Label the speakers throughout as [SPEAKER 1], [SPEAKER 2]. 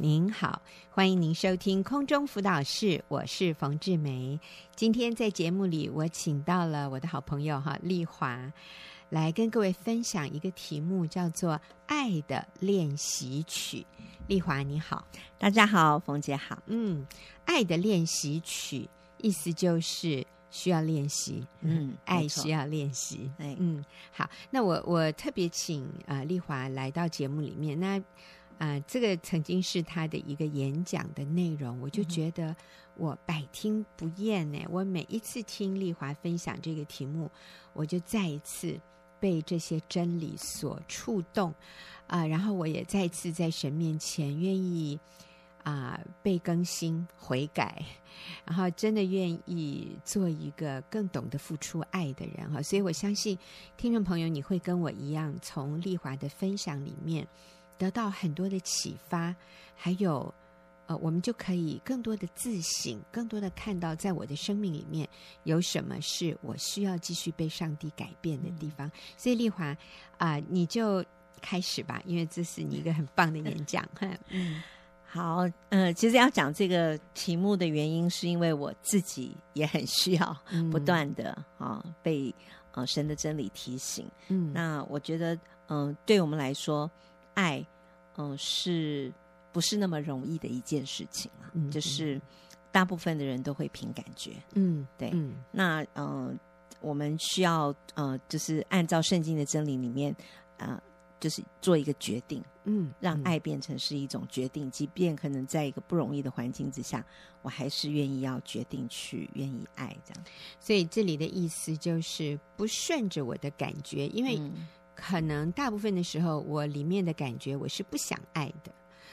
[SPEAKER 1] 您好，欢迎您收听空中辅导室，我是冯志梅。今天在节目里，我请到了我的好朋友哈丽华，来跟各位分享一个题目，叫做《爱的练习曲》。丽华你好，
[SPEAKER 2] 大家好，冯姐好。
[SPEAKER 1] 嗯，《爱的练习曲》意思就是需要练习，
[SPEAKER 2] 嗯，
[SPEAKER 1] 爱
[SPEAKER 2] 没错
[SPEAKER 1] 需要练习。
[SPEAKER 2] 哎，
[SPEAKER 1] 嗯，好，那我我特别请啊、呃、丽华来到节目里面，那啊、呃这个曾经是她的一个演讲的内容，我就觉得我百听不厌呢。我每一次听丽华分享这个题目，我就再一次被这些真理所触动啊、然后我也再一次在神面前愿意。啊、被更新悔改，然后真的愿意做一个更懂得付出爱的人哈，所以我相信听众朋友，你会跟我一样，从丽华的分享里面得到很多的启发，还有呃，我们就可以更多的自省，更多的看到在我的生命里面有什么是我需要继续被上帝改变的地方。所以丽华啊、你就开始吧，因为这是你一个很棒的演 讲。哈嗯
[SPEAKER 2] 好，呃，其实要讲这个题目的原因，是因为我自己也很需要
[SPEAKER 1] 嗯
[SPEAKER 2] 不断的啊、被呃神的真理提醒。
[SPEAKER 1] 嗯
[SPEAKER 2] 那我觉得，嗯、对我们来说，爱，嗯、是不是那么容易的一件事情啊？
[SPEAKER 1] 嗯
[SPEAKER 2] 就是大部分的人都会凭感觉。
[SPEAKER 1] 嗯
[SPEAKER 2] 对
[SPEAKER 1] 嗯
[SPEAKER 2] 那嗯、呃我们需要呃，就是按照圣经的真理里面，呃，就是做一个决定。
[SPEAKER 1] 嗯，
[SPEAKER 2] 让
[SPEAKER 1] 嗯
[SPEAKER 2] 爱变成是一种决定，即便可能在一个不容易的环境之下，我还是愿意要决定去愿意爱这样。
[SPEAKER 1] 所以这里的意思就是不顺着我的感觉，因为
[SPEAKER 2] 嗯
[SPEAKER 1] 可能大部分的时候，我里面的感觉我是不想爱的，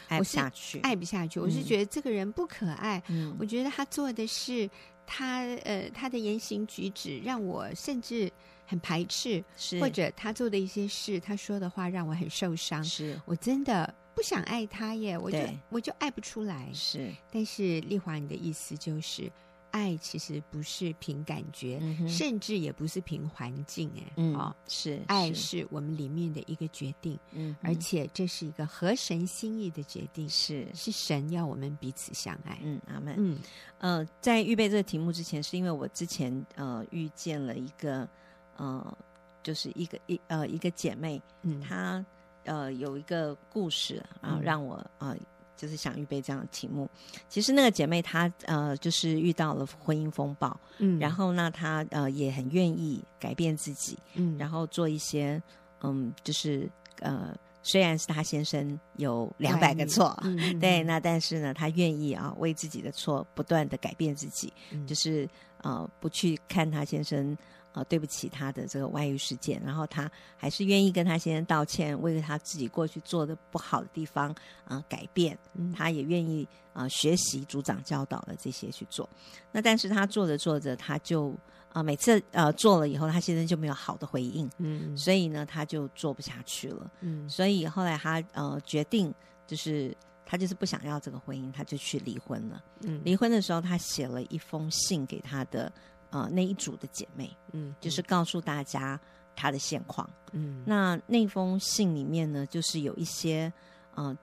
[SPEAKER 2] 爱
[SPEAKER 1] 我
[SPEAKER 2] 不
[SPEAKER 1] 是
[SPEAKER 2] 下去，
[SPEAKER 1] 爱不下去。我是
[SPEAKER 2] 嗯
[SPEAKER 1] 觉得这个人不可爱，
[SPEAKER 2] 嗯
[SPEAKER 1] 我觉得他做的事，他呃他的言行举止让我甚至很排斥，
[SPEAKER 2] 是
[SPEAKER 1] 或者他做的一些事，他说的话让我很受伤，
[SPEAKER 2] 是
[SPEAKER 1] 我真的不想爱他耶，我就
[SPEAKER 2] 对
[SPEAKER 1] 我就爱不出来。
[SPEAKER 2] 是，
[SPEAKER 1] 但是丽华，你的意思就是，爱其实不是凭感觉，
[SPEAKER 2] 嗯哼
[SPEAKER 1] 甚至也不是凭环境，哎，
[SPEAKER 2] 嗯
[SPEAKER 1] 哦。
[SPEAKER 2] 是
[SPEAKER 1] 爱是我们里面的一个决定，
[SPEAKER 2] 嗯
[SPEAKER 1] 而
[SPEAKER 2] 哼
[SPEAKER 1] 且这是一个合神心意的决定，
[SPEAKER 2] 是
[SPEAKER 1] 是神要我们彼此相爱。
[SPEAKER 2] 嗯阿门。
[SPEAKER 1] 嗯
[SPEAKER 2] 呃，在预备这个题目之前，是因为我之前呃遇见了一个呃，就是一个一呃一个姐妹，
[SPEAKER 1] 嗯，
[SPEAKER 2] 她呃有一个故事啊
[SPEAKER 1] 嗯，
[SPEAKER 2] 让我啊、呃就是想预备这样的题目。其实那个姐妹她呃就是遇到了婚姻风暴，
[SPEAKER 1] 嗯
[SPEAKER 2] 然后那她呃也很愿意改变自己，
[SPEAKER 1] 嗯，
[SPEAKER 2] 然后做一些嗯就是呃虽然是她先生有两
[SPEAKER 1] 外
[SPEAKER 2] 百
[SPEAKER 1] 遇
[SPEAKER 2] 个错，
[SPEAKER 1] 嗯嗯
[SPEAKER 2] 对，那但是呢，她愿意啊为自己的错不断的改变自己，
[SPEAKER 1] 嗯
[SPEAKER 2] 就是呃不去看她先生呃对不起他的这个外遇事件，然后她还是愿意跟她先生道歉，为了她自己过去做的不好的地方啊、呃改变，
[SPEAKER 1] 嗯
[SPEAKER 2] 她也愿意啊、呃学习组长教导的这些去做。那但是她做着做着，她就啊、呃每次呃做了以后，她先生就没有好的回应，
[SPEAKER 1] 嗯
[SPEAKER 2] 所以呢，她就做不下去了。
[SPEAKER 1] 嗯
[SPEAKER 2] 所以后来她呃决定，就是她就是不想要这个婚姻，她就去离婚了。
[SPEAKER 1] 嗯
[SPEAKER 2] 离婚的时候，她写了一封信给她的呃那一组的姐妹，
[SPEAKER 1] 嗯
[SPEAKER 2] 就是告诉大家她的现况。
[SPEAKER 1] 嗯
[SPEAKER 2] 那那封信里面呢，就是有一些呃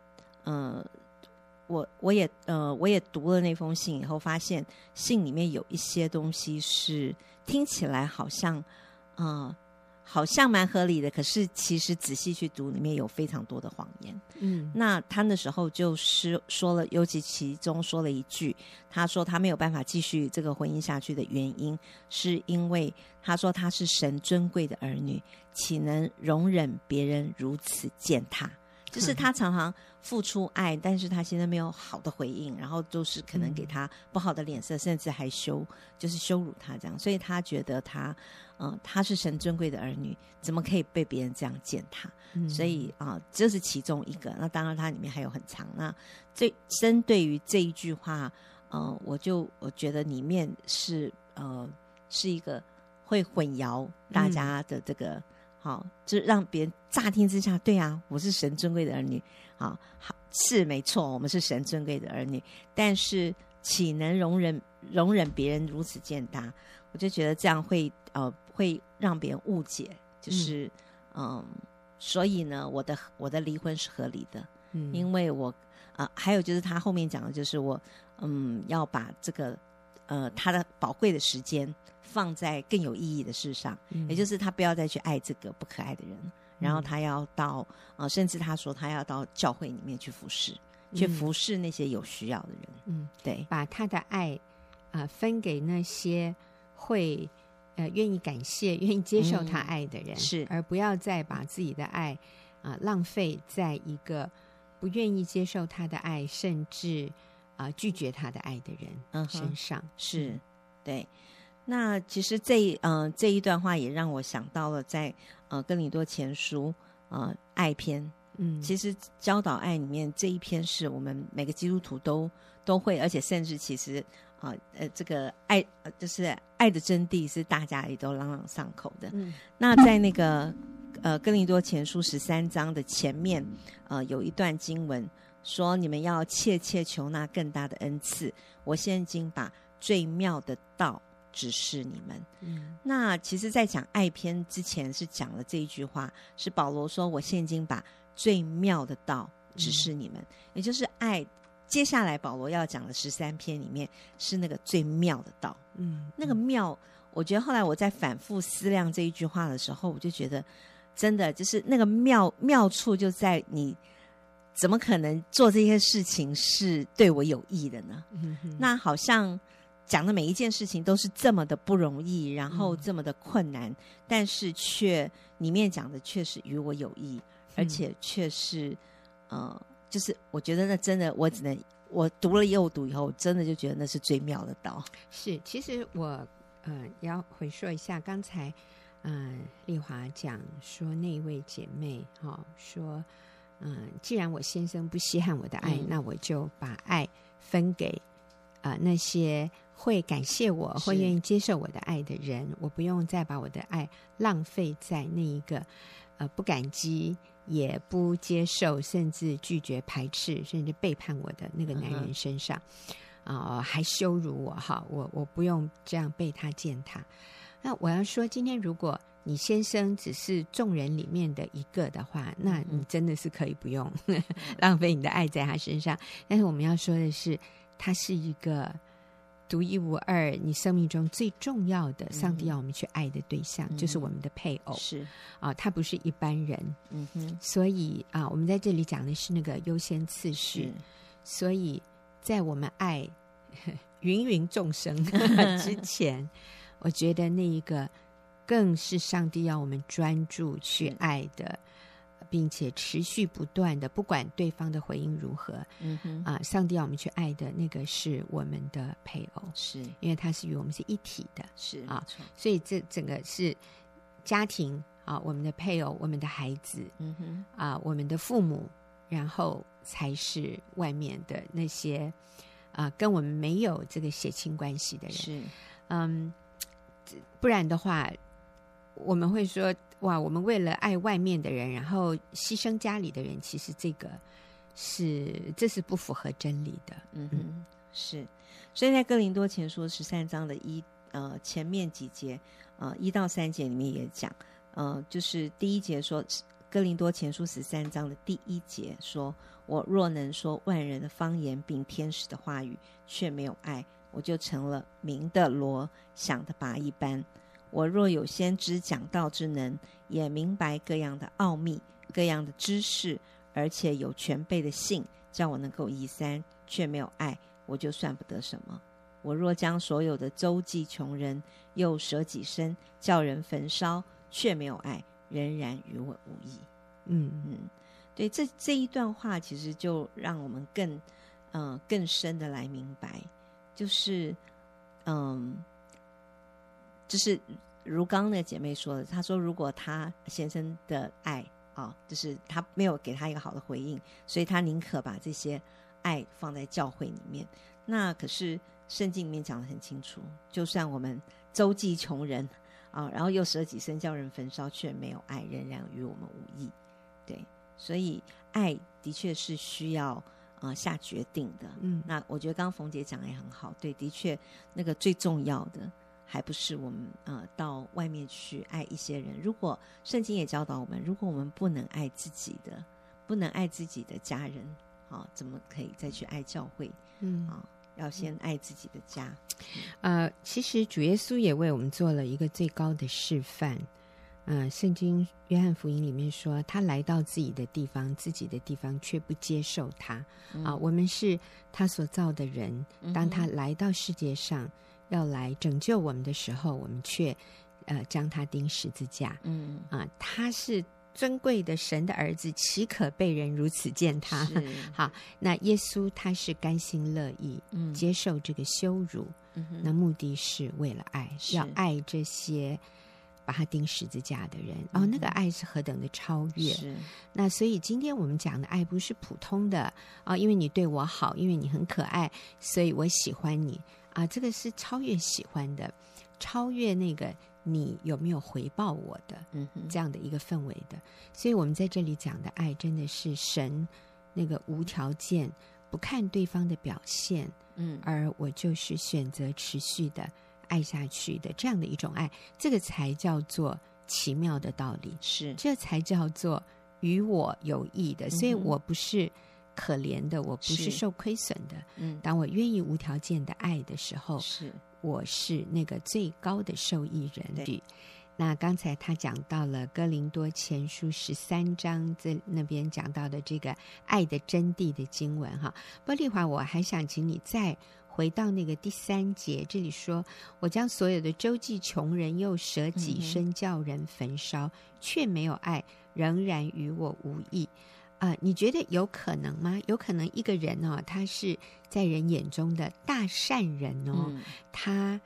[SPEAKER 2] 呃，我我也呃我也读了那封信以后，发现信里面有一些东西是听起来好像呃好像蛮合理的，可是其实仔细去读，里面有非常多的谎言。
[SPEAKER 1] 嗯
[SPEAKER 2] 那他那时候就是说了，尤其其中说了一句，他说他没有办法继续这个婚姻下去的原因，是因为他说他是神尊贵的儿女，岂能容忍别人如此践踏？就是他常常付出爱，但是他现在没有好的回应，然后就是可能给他不好的脸色，甚至还羞，就是羞辱他这样，所以他觉得他，嗯、他是神尊贵的儿女，怎么可以被别人这样践踏？
[SPEAKER 1] 嗯
[SPEAKER 2] 所以啊、这是其中一个。那当然，它里面还有很长。那最针对于这一句话，呃，我就我觉得里面是呃是一个会混淆大家的这个。好，就让别人乍听之下，对啊，我是神尊贵的儿女，好好是没错，我们是神尊贵的儿女，但是岂能容忍容忍别人如此践踏？我就觉得这样会呃会让别人误解，就是嗯所以呢，我的我的离婚是合理的，
[SPEAKER 1] 嗯
[SPEAKER 2] 因为我啊、还有就是他后面讲的就是我，嗯，要把这个呃他的宝贵的时间放在更有意义的事上，也就是他不要再去爱这个不可爱的人，然后他要到呃，甚至他说他要到教会里面去服侍，去
[SPEAKER 1] 嗯
[SPEAKER 2] 服侍那些有需要的人。
[SPEAKER 1] 嗯，
[SPEAKER 2] 对，
[SPEAKER 1] 把他的爱啊、分给那些会呃愿意感谢、愿意接受他
[SPEAKER 2] 嗯
[SPEAKER 1] 爱的人，
[SPEAKER 2] 是
[SPEAKER 1] 而不要再把自己的爱啊、浪费在一个不愿意接受他的爱，甚至啊、拒绝他的爱的人
[SPEAKER 2] 嗯
[SPEAKER 1] 身
[SPEAKER 2] 哼，嗯
[SPEAKER 1] 上。
[SPEAKER 2] 是，对。那其实这一呃这一段话也让我想到了在呃哥林多前书呃爱篇
[SPEAKER 1] 嗯，
[SPEAKER 2] 其实教导爱里面这一篇是我们每个基督徒都都会，而且甚至其实啊呃这个爱呃就是爱的真谛是大家也都朗朗上口的。
[SPEAKER 1] 嗯
[SPEAKER 2] 那在那个呃哥林多前书十三章的前面，呃有一段经文说：“你们要切切求那更大的恩赐。我现在已经把最妙的道指示你们。”
[SPEAKER 1] 嗯
[SPEAKER 2] 那其实，在讲爱篇之前是讲了这一句话，是保罗说：“我现今把最妙的道指示你们，也就是爱。”接下来保罗要讲的十三篇里面是那个最妙的道，
[SPEAKER 1] 嗯，
[SPEAKER 2] 那个妙，我觉得后来我在反复思量这一句话的时候，我就觉得真的就是那个妙妙处就在你怎么可能做这些事情是对我有益的呢？
[SPEAKER 1] 嗯哼
[SPEAKER 2] 那好像讲的每一件事情都是这么的不容易，然后
[SPEAKER 1] 嗯
[SPEAKER 2] 这么的困难，但是却里面讲的却是与我有益，
[SPEAKER 1] 嗯
[SPEAKER 2] 而且却是呃，就是我觉得那真的，我只能我读了又读以后，我真的就觉得那是最妙的道。
[SPEAKER 1] 是，其实我呃要回溯一下刚才，嗯、丽华讲说那一位姐妹哈、说，嗯、既然我先生不稀罕我的爱，
[SPEAKER 2] 嗯
[SPEAKER 1] 那我就把爱分给啊、那些会感谢我、会
[SPEAKER 2] 是
[SPEAKER 1] 愿意接受我的爱的人，我不用再把我的爱浪费在那一个呃不感激。也不接受，甚至拒绝、排斥，甚至背叛我的那个男
[SPEAKER 2] 嗯
[SPEAKER 1] 人
[SPEAKER 2] 哼
[SPEAKER 1] 身上。啊、还羞辱我哈，我我不用这样被他践踏。那我要说，今天如果你先生只是众人里面的一个的话，那
[SPEAKER 2] 嗯哼嗯
[SPEAKER 1] 你真的是可以不用 浪费你的爱在他身上。但是我们要说的是，他是一个独一无二，你生命中最重要的，上帝
[SPEAKER 2] 嗯哼嗯
[SPEAKER 1] 要我们去爱的对象，就是我们的配偶
[SPEAKER 2] 是，
[SPEAKER 1] 啊、他不是一般人。
[SPEAKER 2] 嗯哼，
[SPEAKER 1] 所以啊、我们在这里讲的是那个优先次序。
[SPEAKER 2] 是，
[SPEAKER 1] 所以在我们爱 芸芸众生之前，我觉得那一个更是上帝要我们专注去
[SPEAKER 2] 是
[SPEAKER 1] 爱的，并且持续不断的，不管对方的回应如何
[SPEAKER 2] 嗯哼，
[SPEAKER 1] 啊、上帝要我们去爱的那个是我们的配偶，
[SPEAKER 2] 是
[SPEAKER 1] 因为他是与我们是一体的，
[SPEAKER 2] 是
[SPEAKER 1] 啊，
[SPEAKER 2] 没错
[SPEAKER 1] 所以这整个是家庭啊、我们的配偶，我们的孩子，
[SPEAKER 2] 嗯哼，
[SPEAKER 1] 啊、我们的父母，然后才是外面的那些啊、跟我们没有这个血亲关系的人。
[SPEAKER 2] 是
[SPEAKER 1] 嗯，这不然的话，我们会说哇，我们为了爱外面的人，然后牺牲家里的人，其实这个是这是不符合真理的。
[SPEAKER 2] 嗯哼，是。所以在哥林多前书十三章的一呃前面几节呃一到三节里面也讲，呃，就是第一节说哥林多前书十三章的第一节说，我若能说万人的方言并天使的话语，却没有爱，我就成了明的罗，想的拔一般。我若有先知讲道之能，也明白各样的奥秘、各样的知识，而且有全备的信，叫我能够移山，却没有爱，我就算不得什么。我若将所有的周济穷人，又舍己身，叫人焚烧，却没有爱，仍然与我无异。
[SPEAKER 1] 嗯
[SPEAKER 2] 嗯，对，这这一段话其实就让我们更，嗯、更深的来明白，就是，嗯，就是如刚刚那个姐妹说的，她说如果她先生的爱啊、就是她没有给她一个好的回应，所以她宁可把这些爱放在教会里面。那可是圣经里面讲的很清楚，就算我们周济穷人啊、然后又舍己身叫人焚烧，却没有爱，仍然与我们无异。对，所以爱的确是需要呃下决定的。
[SPEAKER 1] 嗯
[SPEAKER 2] 那我觉得刚刚冯姐讲的也很好，对，的确那个最重要的还不是我们呃到外面去爱一些人。如果圣经也教导我们，如果我们不能爱自己的，不能爱自己的家人啊、啊，怎么可以再去爱教会
[SPEAKER 1] 嗯
[SPEAKER 2] 啊？要先爱自己的家。
[SPEAKER 1] 呃，其实主耶稣也为我们做了一个最高的示范。嗯、圣经约翰福音里面说，他来到自己的地方，自己的地方却不接受他。啊、
[SPEAKER 2] 嗯
[SPEAKER 1] 我们是他所造的人，当他来到世界上、要来拯救我们的时候，我们却呃将他钉十字架。
[SPEAKER 2] 嗯，
[SPEAKER 1] 啊、他是尊贵的神的儿子，岂可被人如此践踏？
[SPEAKER 2] 是
[SPEAKER 1] 好，那耶稣他是甘心乐意
[SPEAKER 2] 嗯
[SPEAKER 1] 接受这个羞辱，
[SPEAKER 2] 嗯哼
[SPEAKER 1] 那目的是为了爱，
[SPEAKER 2] 是
[SPEAKER 1] 要爱这些把他钉十字架的人。哦，那个爱是何等的超越！
[SPEAKER 2] 嗯是
[SPEAKER 1] 那所以今天我们讲的爱不是普通的啊、因为你对我好，因为你很可爱，所以我喜欢你啊，这个是超越喜欢的，超越那个你有没有回报我的。
[SPEAKER 2] 嗯哼
[SPEAKER 1] 这样的一个氛围的。所以我们在这里讲的爱，真的是神那个无条件、不看对方的表现，
[SPEAKER 2] 嗯
[SPEAKER 1] 而我就是选择持续的爱下去的这样的一种爱，这个才叫做奇妙的道理，
[SPEAKER 2] 是
[SPEAKER 1] 这才叫做与我有益的。所以
[SPEAKER 2] 嗯哼
[SPEAKER 1] 我不是可怜的，我不
[SPEAKER 2] 是
[SPEAKER 1] 是受亏损的。
[SPEAKER 2] 嗯
[SPEAKER 1] 当我愿意无条件的爱的时候，
[SPEAKER 2] 是
[SPEAKER 1] 我是那个最高的受益人
[SPEAKER 2] 对
[SPEAKER 1] 率。那刚才他讲到了哥林多前书十三章这那边讲到的这个爱的真谛的经文哈，玻璃华，我还想请你再回到那个第三节，这里说我将所有的周济穷人，又舍己
[SPEAKER 2] 嗯哼
[SPEAKER 1] 身叫人焚烧，却没有爱，仍然与我无异。啊、你觉得有可能吗？有可能一个人哦，他是在人眼中的大善人哦，
[SPEAKER 2] 嗯
[SPEAKER 1] 他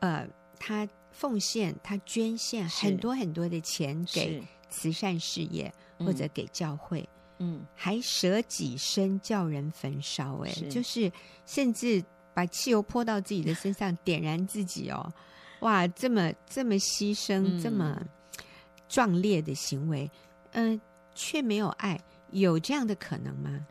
[SPEAKER 1] 呃，他奉献，他捐献
[SPEAKER 2] 是
[SPEAKER 1] 很多很多的钱给
[SPEAKER 2] 是
[SPEAKER 1] 慈善事业
[SPEAKER 2] 嗯
[SPEAKER 1] 或者给教会，
[SPEAKER 2] 嗯
[SPEAKER 1] 还舍己身叫人焚烧、哎，
[SPEAKER 2] 是
[SPEAKER 1] 就是甚至把汽油泼到自己的身上，点燃自己 哦，哇，这么这么牺牲，
[SPEAKER 2] 嗯
[SPEAKER 1] 这么壮烈的行为，嗯、却没有爱，有这样的可能吗？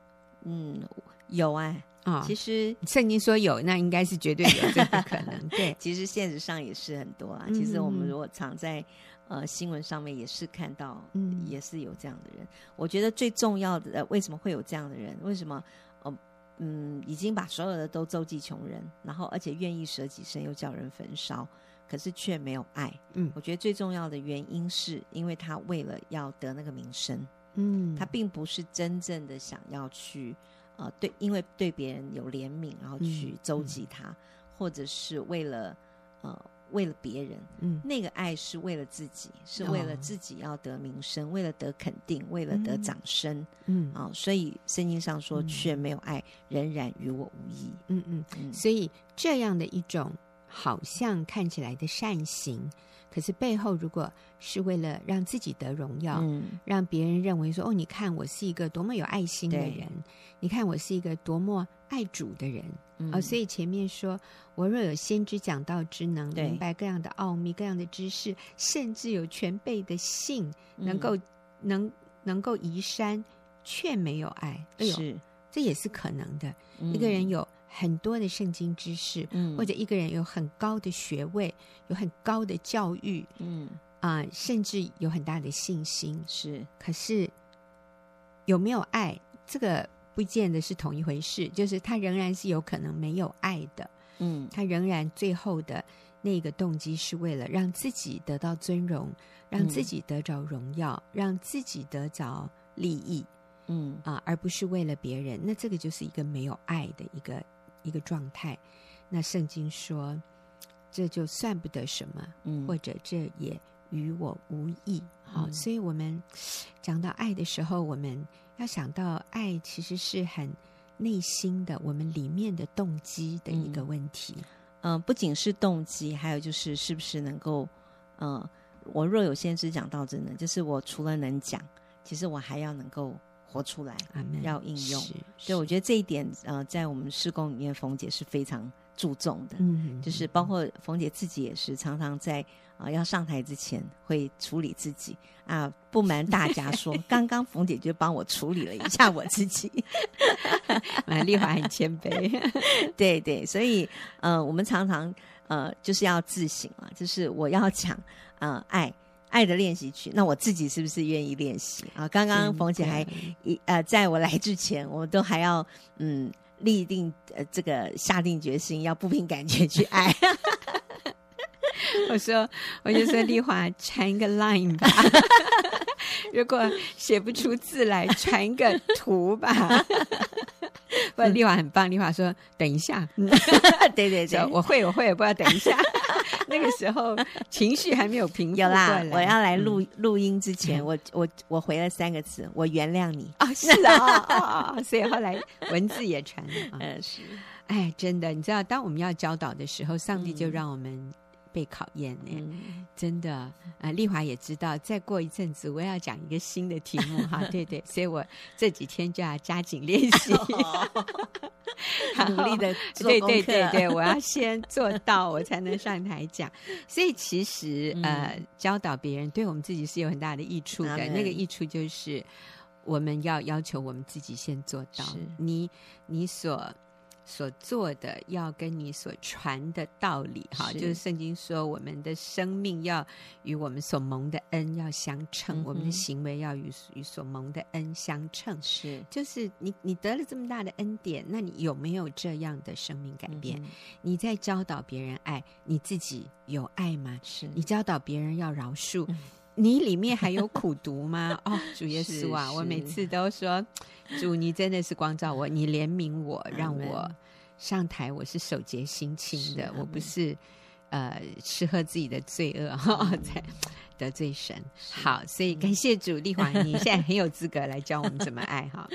[SPEAKER 2] 嗯有爱，
[SPEAKER 1] 啊、
[SPEAKER 2] 其实
[SPEAKER 1] 圣经说有，那应该是绝对有这个可 能，对，
[SPEAKER 2] 其实现实上也是很多啊。
[SPEAKER 1] 嗯
[SPEAKER 2] 其实我们
[SPEAKER 1] 嗯
[SPEAKER 2] 如果常在呃新闻上面也是看到，
[SPEAKER 1] 嗯
[SPEAKER 2] 也是有这样的人。我觉得最重要的，呃为什么会有这样的人？为什么？呃嗯，已经把所有的都周济穷人，然后而且愿意舍己身，又叫人焚烧，可是却没有爱。
[SPEAKER 1] 嗯
[SPEAKER 2] 我觉得最重要的原因是因为他为了要得那个名声，
[SPEAKER 1] 嗯，
[SPEAKER 2] 他并不是真正的想要去呃对，因为对别人有怜悯，然后去
[SPEAKER 1] 嗯
[SPEAKER 2] 周
[SPEAKER 1] 嗯
[SPEAKER 2] 济他，或者是为了呃为了别人，
[SPEAKER 1] 嗯。
[SPEAKER 2] 那个爱是为了自己，是为了
[SPEAKER 1] 哦
[SPEAKER 2] 自己要得名声，为了得肯定，为了得
[SPEAKER 1] 嗯
[SPEAKER 2] 掌声
[SPEAKER 1] 嗯
[SPEAKER 2] 啊、所以圣经上说，
[SPEAKER 1] 嗯
[SPEAKER 2] 却没有爱，仍然与我无异。
[SPEAKER 1] 嗯嗯，
[SPEAKER 2] 嗯，
[SPEAKER 1] 所以这样的一种好像看起来的善行，可是背后如果是为了让自己得荣耀，
[SPEAKER 2] 嗯，
[SPEAKER 1] 让别人认为说哦，你看我是一个多么有爱心的
[SPEAKER 2] 对
[SPEAKER 1] 人，你看我是一个多么爱主的人啊、所
[SPEAKER 2] 以
[SPEAKER 1] 以前面说我若有先知讲道之能，
[SPEAKER 2] 对
[SPEAKER 1] 明白各样的奥秘、各样的知识，甚至有全备的信，
[SPEAKER 2] 嗯
[SPEAKER 1] 能够、能能够移山，却没有爱，哎呦，
[SPEAKER 2] 是、
[SPEAKER 1] 这也是可能的。一个人有很多的圣经知识，
[SPEAKER 2] 嗯，嗯
[SPEAKER 1] 或者一个人有很高的学位，有很高的教育
[SPEAKER 2] 嗯
[SPEAKER 1] 啊、甚至有很大的信心，
[SPEAKER 2] 是
[SPEAKER 1] 可是有没有爱，这个不见得是同一回事。就是他仍然是有可能没有爱的，
[SPEAKER 2] 嗯
[SPEAKER 1] 他仍然最后的那个动机是为了让自己得到尊荣，让
[SPEAKER 2] 嗯
[SPEAKER 1] 自己得着荣耀，让自己得着利益。
[SPEAKER 2] 嗯
[SPEAKER 1] 啊，而不是为了别人，那这个就是一个没有爱的一个一个状态。那圣经说，这就算不得什么，
[SPEAKER 2] 嗯
[SPEAKER 1] 或者这也与我无益。好、
[SPEAKER 2] 嗯
[SPEAKER 1] 所以我们讲到爱的时候，我们要想到爱其实是很内心的，我们里面的动机的一个
[SPEAKER 2] 嗯
[SPEAKER 1] 问题。
[SPEAKER 2] 嗯、不仅是动机，还有就是是不是能够，呃，我若有先知讲道真的，就是我除了能讲，其实我还要能够活出来。
[SPEAKER 1] 阿门。
[SPEAKER 2] 要应用
[SPEAKER 1] 是，
[SPEAKER 2] 对，我
[SPEAKER 1] 是
[SPEAKER 2] 觉得这一点，呃，在我们施工里面，冯姐是非常注重的，
[SPEAKER 1] 嗯，
[SPEAKER 2] 就是包括冯姐自己也是常常在啊、呃要上台之前会处理自己啊。不瞒大家 说，刚刚冯姐就帮我处理了一下我自己，
[SPEAKER 1] 玛丽华很谦 卑。
[SPEAKER 2] 对对，所以呃，我们常常呃，就是要自省啊，就是我要讲呃，爱爱的练习曲》，那我自己是不是愿意练习啊？刚刚
[SPEAKER 1] 真
[SPEAKER 2] 冯姐
[SPEAKER 1] 的
[SPEAKER 2] 还一呃，在我来之前，我都还要嗯立定呃这个下定决心，要不凭感觉去爱。
[SPEAKER 1] 我说，我就说丽华传一个 line 吧， 如果写不出字来，传一个图吧。 不，
[SPEAKER 2] 嗯
[SPEAKER 1] 丽华很棒。丽华说：“等一下，
[SPEAKER 2] 对 对对
[SPEAKER 1] 说，我会，我会，不要等一下。” 那个时候情绪还没有平复
[SPEAKER 2] 有啦
[SPEAKER 1] 过，
[SPEAKER 2] 我要来
[SPEAKER 1] 嗯
[SPEAKER 2] 录、录音之前，我我我回了三个字，我原谅你。
[SPEAKER 1] 哦，是啊，哦哦哦，所以后来文字也传了啊。
[SPEAKER 2] 嗯，是，
[SPEAKER 1] 哎，真的，你知道，当我们要教导的时候，上帝就
[SPEAKER 2] 嗯
[SPEAKER 1] 让我们被考验呢、
[SPEAKER 2] 嗯，
[SPEAKER 1] 真的啊、呃丽华也知道，再过一阵子我要讲一个新的题目哈，对对，所以我这几天就要加紧练习，
[SPEAKER 2] 努力的做
[SPEAKER 1] 对
[SPEAKER 2] 功
[SPEAKER 1] 对
[SPEAKER 2] 课
[SPEAKER 1] 对对，我 要先做到，我才能上台讲。所以其实、呃，
[SPEAKER 2] 嗯
[SPEAKER 1] 教导别人对我们自己是有很大的益处的。
[SPEAKER 2] Amen
[SPEAKER 1] 那个益处就是，我们要要求我们自己先做到
[SPEAKER 2] 是，
[SPEAKER 1] 你你所所做的要跟你所传的道理哈，
[SPEAKER 2] 是
[SPEAKER 1] 就是圣经说，我们的生命要与我们所蒙的恩要相称，
[SPEAKER 2] 嗯哼
[SPEAKER 1] 我们的行为要与与所蒙的恩相称。
[SPEAKER 2] 是
[SPEAKER 1] 就是你，你得了这么大的恩典，那你有没有这样的生命改变？
[SPEAKER 2] 嗯
[SPEAKER 1] 你在教导别人爱，你自己有爱吗？
[SPEAKER 2] 是
[SPEAKER 1] 你教导别人要饶恕
[SPEAKER 2] 嗯，
[SPEAKER 1] 你里面还有苦毒吗？ 哦，主耶
[SPEAKER 2] 是
[SPEAKER 1] 稣啊，
[SPEAKER 2] 是
[SPEAKER 1] 我每次都说，主你真的是光照我，你怜悯我，让我
[SPEAKER 2] Amen
[SPEAKER 1] 上台，我是手洁心清
[SPEAKER 2] 是
[SPEAKER 1] 的，我
[SPEAKER 2] Amen
[SPEAKER 1] 不是呃吃喝自己的罪恶哈，在、得罪神。
[SPEAKER 2] 嗯是嗯
[SPEAKER 1] 好，所以感谢主，丽华，你现在很有资格来教我们怎么爱哈。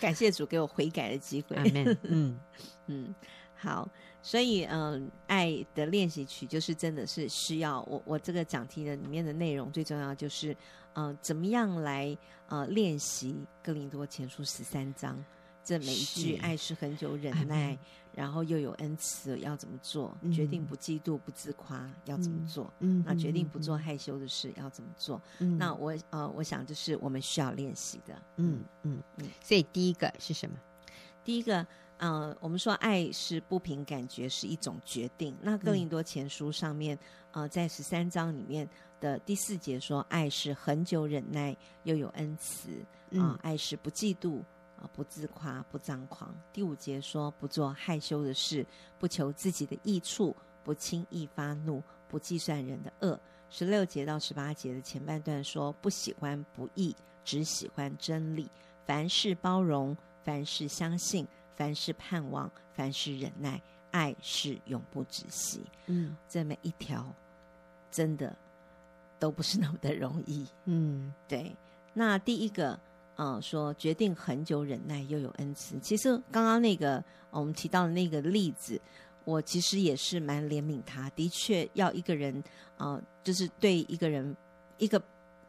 [SPEAKER 2] 感谢主给我悔改的机会。
[SPEAKER 1] 阿门。嗯，
[SPEAKER 2] 嗯，好，所以嗯，爱的练习曲就是真的是需要我我这个讲题的里面的内容最重要就是嗯、呃怎么样来呃练习《哥林多前书》十三章这每一句
[SPEAKER 1] 是
[SPEAKER 2] 爱是恒久
[SPEAKER 1] 阿
[SPEAKER 2] 忍
[SPEAKER 1] 门
[SPEAKER 2] 耐，然后又有恩慈，要怎么做？
[SPEAKER 1] 嗯
[SPEAKER 2] 决定不嫉妒不自夸，要怎么
[SPEAKER 1] 嗯
[SPEAKER 2] 做？
[SPEAKER 1] 嗯
[SPEAKER 2] 那决定不做，害羞的事要怎么做？
[SPEAKER 1] 嗯
[SPEAKER 2] 那我呃，我想这是我们需要练习的。
[SPEAKER 1] 嗯嗯嗯，所以第一个是什么？
[SPEAKER 2] 第一个，呃，我们说爱是不凭感觉，是一种决定。那哥林多前书上面，呃，在十三章里面的第四节说，爱是恒久忍耐，又有恩慈啊、
[SPEAKER 1] 嗯
[SPEAKER 2] 爱是不嫉妒。啊，不自夸，不张狂。第五节说，不做害羞的事，不求自己的益处，不轻易发怒，不计算人的恶。十六节到十八节的前半段说，不喜欢不义，只喜欢真理。凡事包容，凡事相信，凡事盼望，凡事忍耐，爱是永不止息。
[SPEAKER 1] 嗯
[SPEAKER 2] 这每一条真的都不是那么的容易。
[SPEAKER 1] 嗯
[SPEAKER 2] 对，那第一个，呃，说决定很久忍耐又有恩慈。其实刚刚那个、呃我们提到的那个例子，我其实也是蛮怜悯他。的确，要一个人，呃，就是对一个人一个。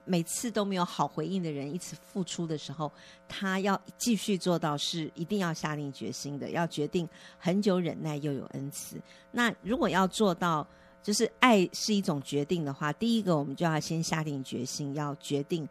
[SPEAKER 2] 每次都没有好回应的人，一直付出的时候，他要继续做到是一定要下定决心的，要决定很久忍耐又有恩慈。那如果要做到，就是爱是一种决定的话，第一个我们就要先下定决心，要决定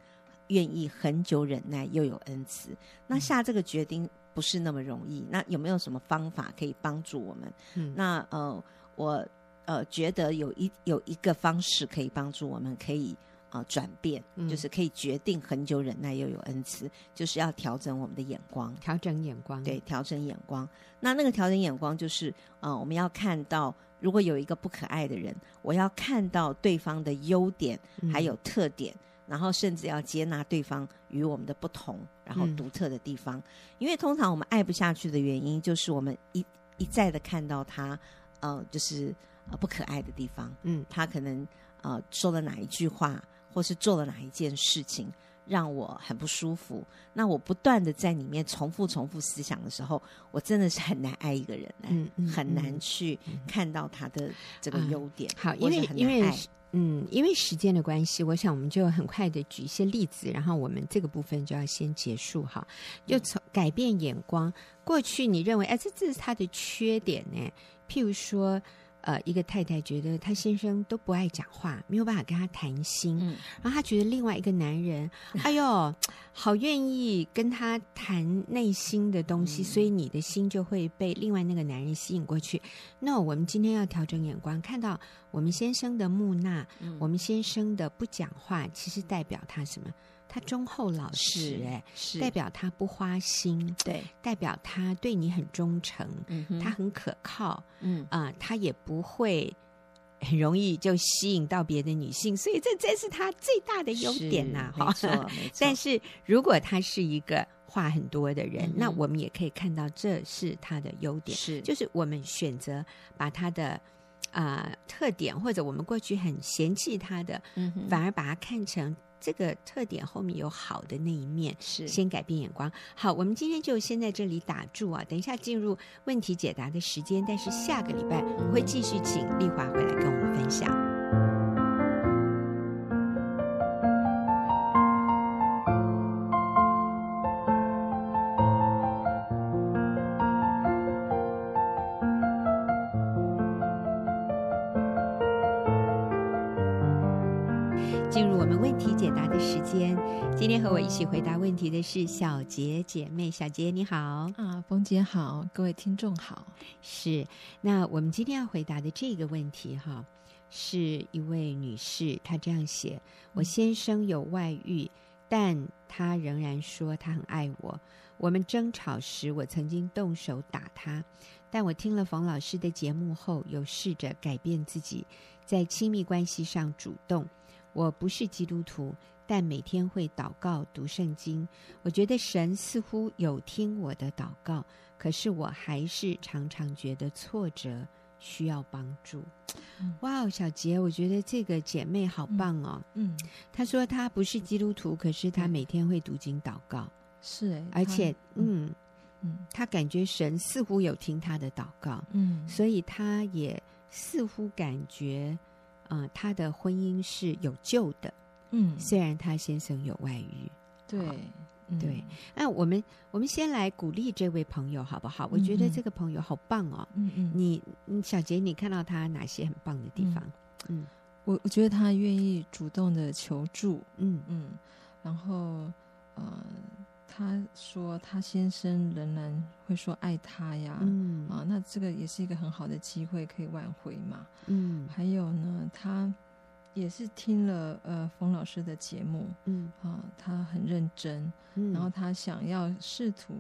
[SPEAKER 2] 愿意很久忍耐又有恩慈。
[SPEAKER 1] 嗯
[SPEAKER 2] 那下这个决定不是那么容易。那有没有什么方法可以帮助我们？
[SPEAKER 1] 嗯
[SPEAKER 2] 那呃，我呃觉得有一有一个方式可以帮助我们，可以呃转变，
[SPEAKER 1] 嗯
[SPEAKER 2] 就是可以决定很久忍耐又有恩慈，就是要调整我们的眼光。
[SPEAKER 1] 调整眼光，
[SPEAKER 2] 对，调整眼光。那那个调整眼光就是，呃，我们要看到，如果有一个不可爱的人，我要看到对方的优点，
[SPEAKER 1] 嗯，
[SPEAKER 2] 还有特点，然后甚至要接纳对方与我们的不同，然后
[SPEAKER 1] 嗯
[SPEAKER 2] 独特的地方。因为通常我们爱不下去的原因，就是我们一一再的看到他，呃，就是呃不可爱的地方。
[SPEAKER 1] 嗯
[SPEAKER 2] 他可能呃说了哪一句话，或是做了哪一件事情，让我很不舒服。那我不断的在里面重复重复思想的时候，我真的是很难爱一个人、
[SPEAKER 1] 嗯嗯
[SPEAKER 2] 很难
[SPEAKER 1] 嗯
[SPEAKER 2] 去看到他的这个
[SPEAKER 1] 啊
[SPEAKER 2] 优点。
[SPEAKER 1] 好，因
[SPEAKER 2] 或是
[SPEAKER 1] 为
[SPEAKER 2] 很
[SPEAKER 1] 因
[SPEAKER 2] 难
[SPEAKER 1] 为
[SPEAKER 2] 爱
[SPEAKER 1] 是嗯，因为时间的关系，我想我们就很快的举一些例子，然后我们这个部分就要先结束哈。就从改变眼光，过去你认为哎，这这是他的缺点呢，譬如说。呃，一个太太觉得她先生都不爱讲话，没有办法跟他谈心，
[SPEAKER 3] 嗯
[SPEAKER 1] 然后她觉得另外一个男人，哎呦，好愿意跟他谈内心的东
[SPEAKER 3] 嗯
[SPEAKER 1] 西，所以你的心就会被另外那个男人吸引过去。那、我们今天要调整眼光，看到我们先生的木讷，
[SPEAKER 3] 嗯
[SPEAKER 1] 我们先生的不讲话，其实代表他什么？他忠厚老实、
[SPEAKER 3] 是
[SPEAKER 1] 哎，
[SPEAKER 3] 是
[SPEAKER 1] 代表他不花心，
[SPEAKER 3] 对，
[SPEAKER 1] 代表他对你很忠诚，
[SPEAKER 3] 嗯
[SPEAKER 1] 他
[SPEAKER 3] 哼，
[SPEAKER 1] 很可靠。
[SPEAKER 3] 嗯
[SPEAKER 1] 啊、他也不会很容易就吸引到别的女性，所以这真是他最大的优点呐、
[SPEAKER 3] 是没
[SPEAKER 1] 哈。
[SPEAKER 3] 错没错，
[SPEAKER 1] 但是如果他是一个话很多的人，
[SPEAKER 3] 嗯哼
[SPEAKER 1] 那我们也可以看到这是他的优点，
[SPEAKER 3] 是
[SPEAKER 1] 就是我们选择把他的。啊、特点或者我们过去很嫌弃他的，
[SPEAKER 3] 嗯哼
[SPEAKER 1] 反而把它看成这个特点后面有好的那一面，
[SPEAKER 3] 是
[SPEAKER 1] 先改变眼光。好，我们今天就先在这里打住啊，等一下进入问题解答的时间，但是下个礼拜我会继续请丽华回来跟我们分享。进入我们问题解答的时间，今天和我一起回答问题的是小杰姐妹，小杰你好。
[SPEAKER 2] 啊，冯姐好，各位听众好。
[SPEAKER 1] 是，那我们今天要回答的这个问题哈，是一位女士，她这样写：我先生有外遇，但他仍然说他很爱我。我们争吵时，我曾经动手打他，但我听了冯老师的节目后，有试着改变自己，在亲密关系上主动。我不是基督徒，但每天会祷告、读圣经。我觉得神似乎有听我的祷告。可是我还是常常觉得挫折，需要帮助
[SPEAKER 2] 嗯。
[SPEAKER 1] 哇哦，小杰，我觉得这个姐妹好棒哦！
[SPEAKER 2] 嗯，
[SPEAKER 1] 她说她不是基督徒，可是她
[SPEAKER 2] 对
[SPEAKER 1] 每天会读经祷告，
[SPEAKER 2] 是哎，
[SPEAKER 1] 而
[SPEAKER 2] 他
[SPEAKER 1] 且，
[SPEAKER 2] 嗯
[SPEAKER 1] 嗯，
[SPEAKER 2] 嗯
[SPEAKER 1] 她感觉神似乎有听她的祷告，
[SPEAKER 2] 嗯，
[SPEAKER 1] 所以她也似乎感觉，呃，她的婚姻是有救的，
[SPEAKER 2] 嗯，
[SPEAKER 1] 虽然她先生有外遇。
[SPEAKER 2] 对
[SPEAKER 1] 对，那我们我们先来鼓励这位朋友好不好？我觉得
[SPEAKER 2] 嗯嗯
[SPEAKER 1] 这个朋友好棒哦，
[SPEAKER 2] 嗯嗯嗯，
[SPEAKER 1] 你你小杰，你看到他哪些很棒的地方？嗯
[SPEAKER 2] 我我觉得他愿意主动的求助，
[SPEAKER 1] 嗯
[SPEAKER 2] 嗯，然后呃，他说他先生仍然会说爱他呀，
[SPEAKER 1] 嗯
[SPEAKER 2] 啊，那这个也是一个很好的机会可以挽回嘛。
[SPEAKER 1] 嗯
[SPEAKER 2] 还有呢，他也是听了呃冯老师的节目
[SPEAKER 1] 嗯
[SPEAKER 2] 啊，他很认真，
[SPEAKER 1] 嗯，
[SPEAKER 2] 然后他想要试图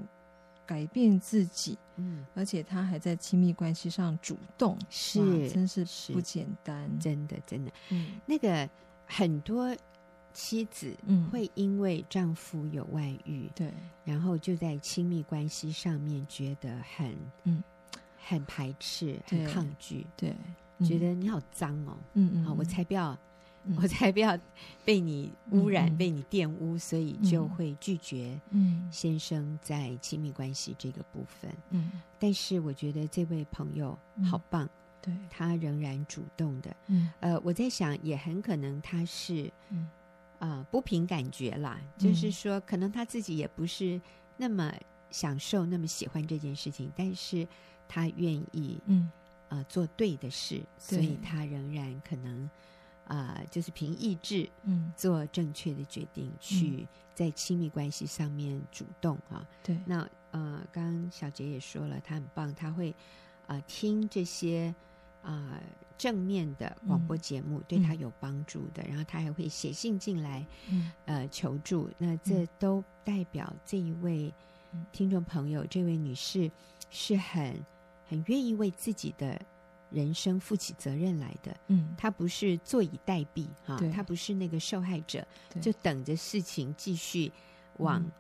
[SPEAKER 2] 改变自己，
[SPEAKER 1] 嗯
[SPEAKER 2] 而且他还在亲密关系上主动，
[SPEAKER 1] 是
[SPEAKER 2] 哇真是
[SPEAKER 1] 是
[SPEAKER 2] 不简单。
[SPEAKER 1] 真的真的，
[SPEAKER 2] 嗯
[SPEAKER 1] 那个很多妻子
[SPEAKER 2] 嗯，
[SPEAKER 1] 会因为丈夫有外遇，
[SPEAKER 2] 对，
[SPEAKER 1] 然后就在亲密关系上面觉得很
[SPEAKER 2] 嗯
[SPEAKER 1] 很排斥、很
[SPEAKER 2] 对
[SPEAKER 1] 抗拒，
[SPEAKER 2] 对，
[SPEAKER 1] 觉
[SPEAKER 2] 嗯
[SPEAKER 1] 得你好脏哦，
[SPEAKER 2] 嗯嗯，
[SPEAKER 1] 啊，我才不要。
[SPEAKER 2] 嗯
[SPEAKER 1] 我才不要被你污染、
[SPEAKER 2] 嗯嗯
[SPEAKER 1] 被你玷污，所以就
[SPEAKER 2] 嗯
[SPEAKER 1] 会拒绝
[SPEAKER 2] 嗯
[SPEAKER 1] 先生在亲密关系这个部分。
[SPEAKER 2] 嗯
[SPEAKER 1] 但是我觉得这位朋友好棒，
[SPEAKER 2] 对
[SPEAKER 1] 他仍然主动的。
[SPEAKER 2] 嗯
[SPEAKER 1] 呃，我在想，也很可能他是
[SPEAKER 2] 嗯
[SPEAKER 1] 呃不凭感觉啦，就是
[SPEAKER 2] 嗯
[SPEAKER 1] 说，可能他自己也不是那么享受、那么喜欢这件事情，但是他愿意
[SPEAKER 2] 嗯
[SPEAKER 1] 呃做对的事，所
[SPEAKER 2] 对
[SPEAKER 1] 以他仍然可能啊、呃就是凭意志
[SPEAKER 2] 嗯
[SPEAKER 1] 做正确的决定，去在亲密关系上面主动啊。
[SPEAKER 2] 对
[SPEAKER 1] 那呃，刚刚小杰也说了，他很棒，他会呃听这些啊、呃正面的
[SPEAKER 2] 嗯
[SPEAKER 1] 广播节目，对他有帮助的。然后他还会写信进来
[SPEAKER 2] 嗯
[SPEAKER 1] 呃求助，那这
[SPEAKER 2] 嗯
[SPEAKER 1] 都代表这一位
[SPEAKER 2] 嗯
[SPEAKER 1] 听众朋友，这位女士是很很愿意为自己的人生负起责任来的。
[SPEAKER 2] 嗯
[SPEAKER 1] 她不是坐以待毙哈
[SPEAKER 2] 对，
[SPEAKER 1] 她不是那个受害者，
[SPEAKER 2] 对
[SPEAKER 1] 就等着事情继续往
[SPEAKER 2] 嗯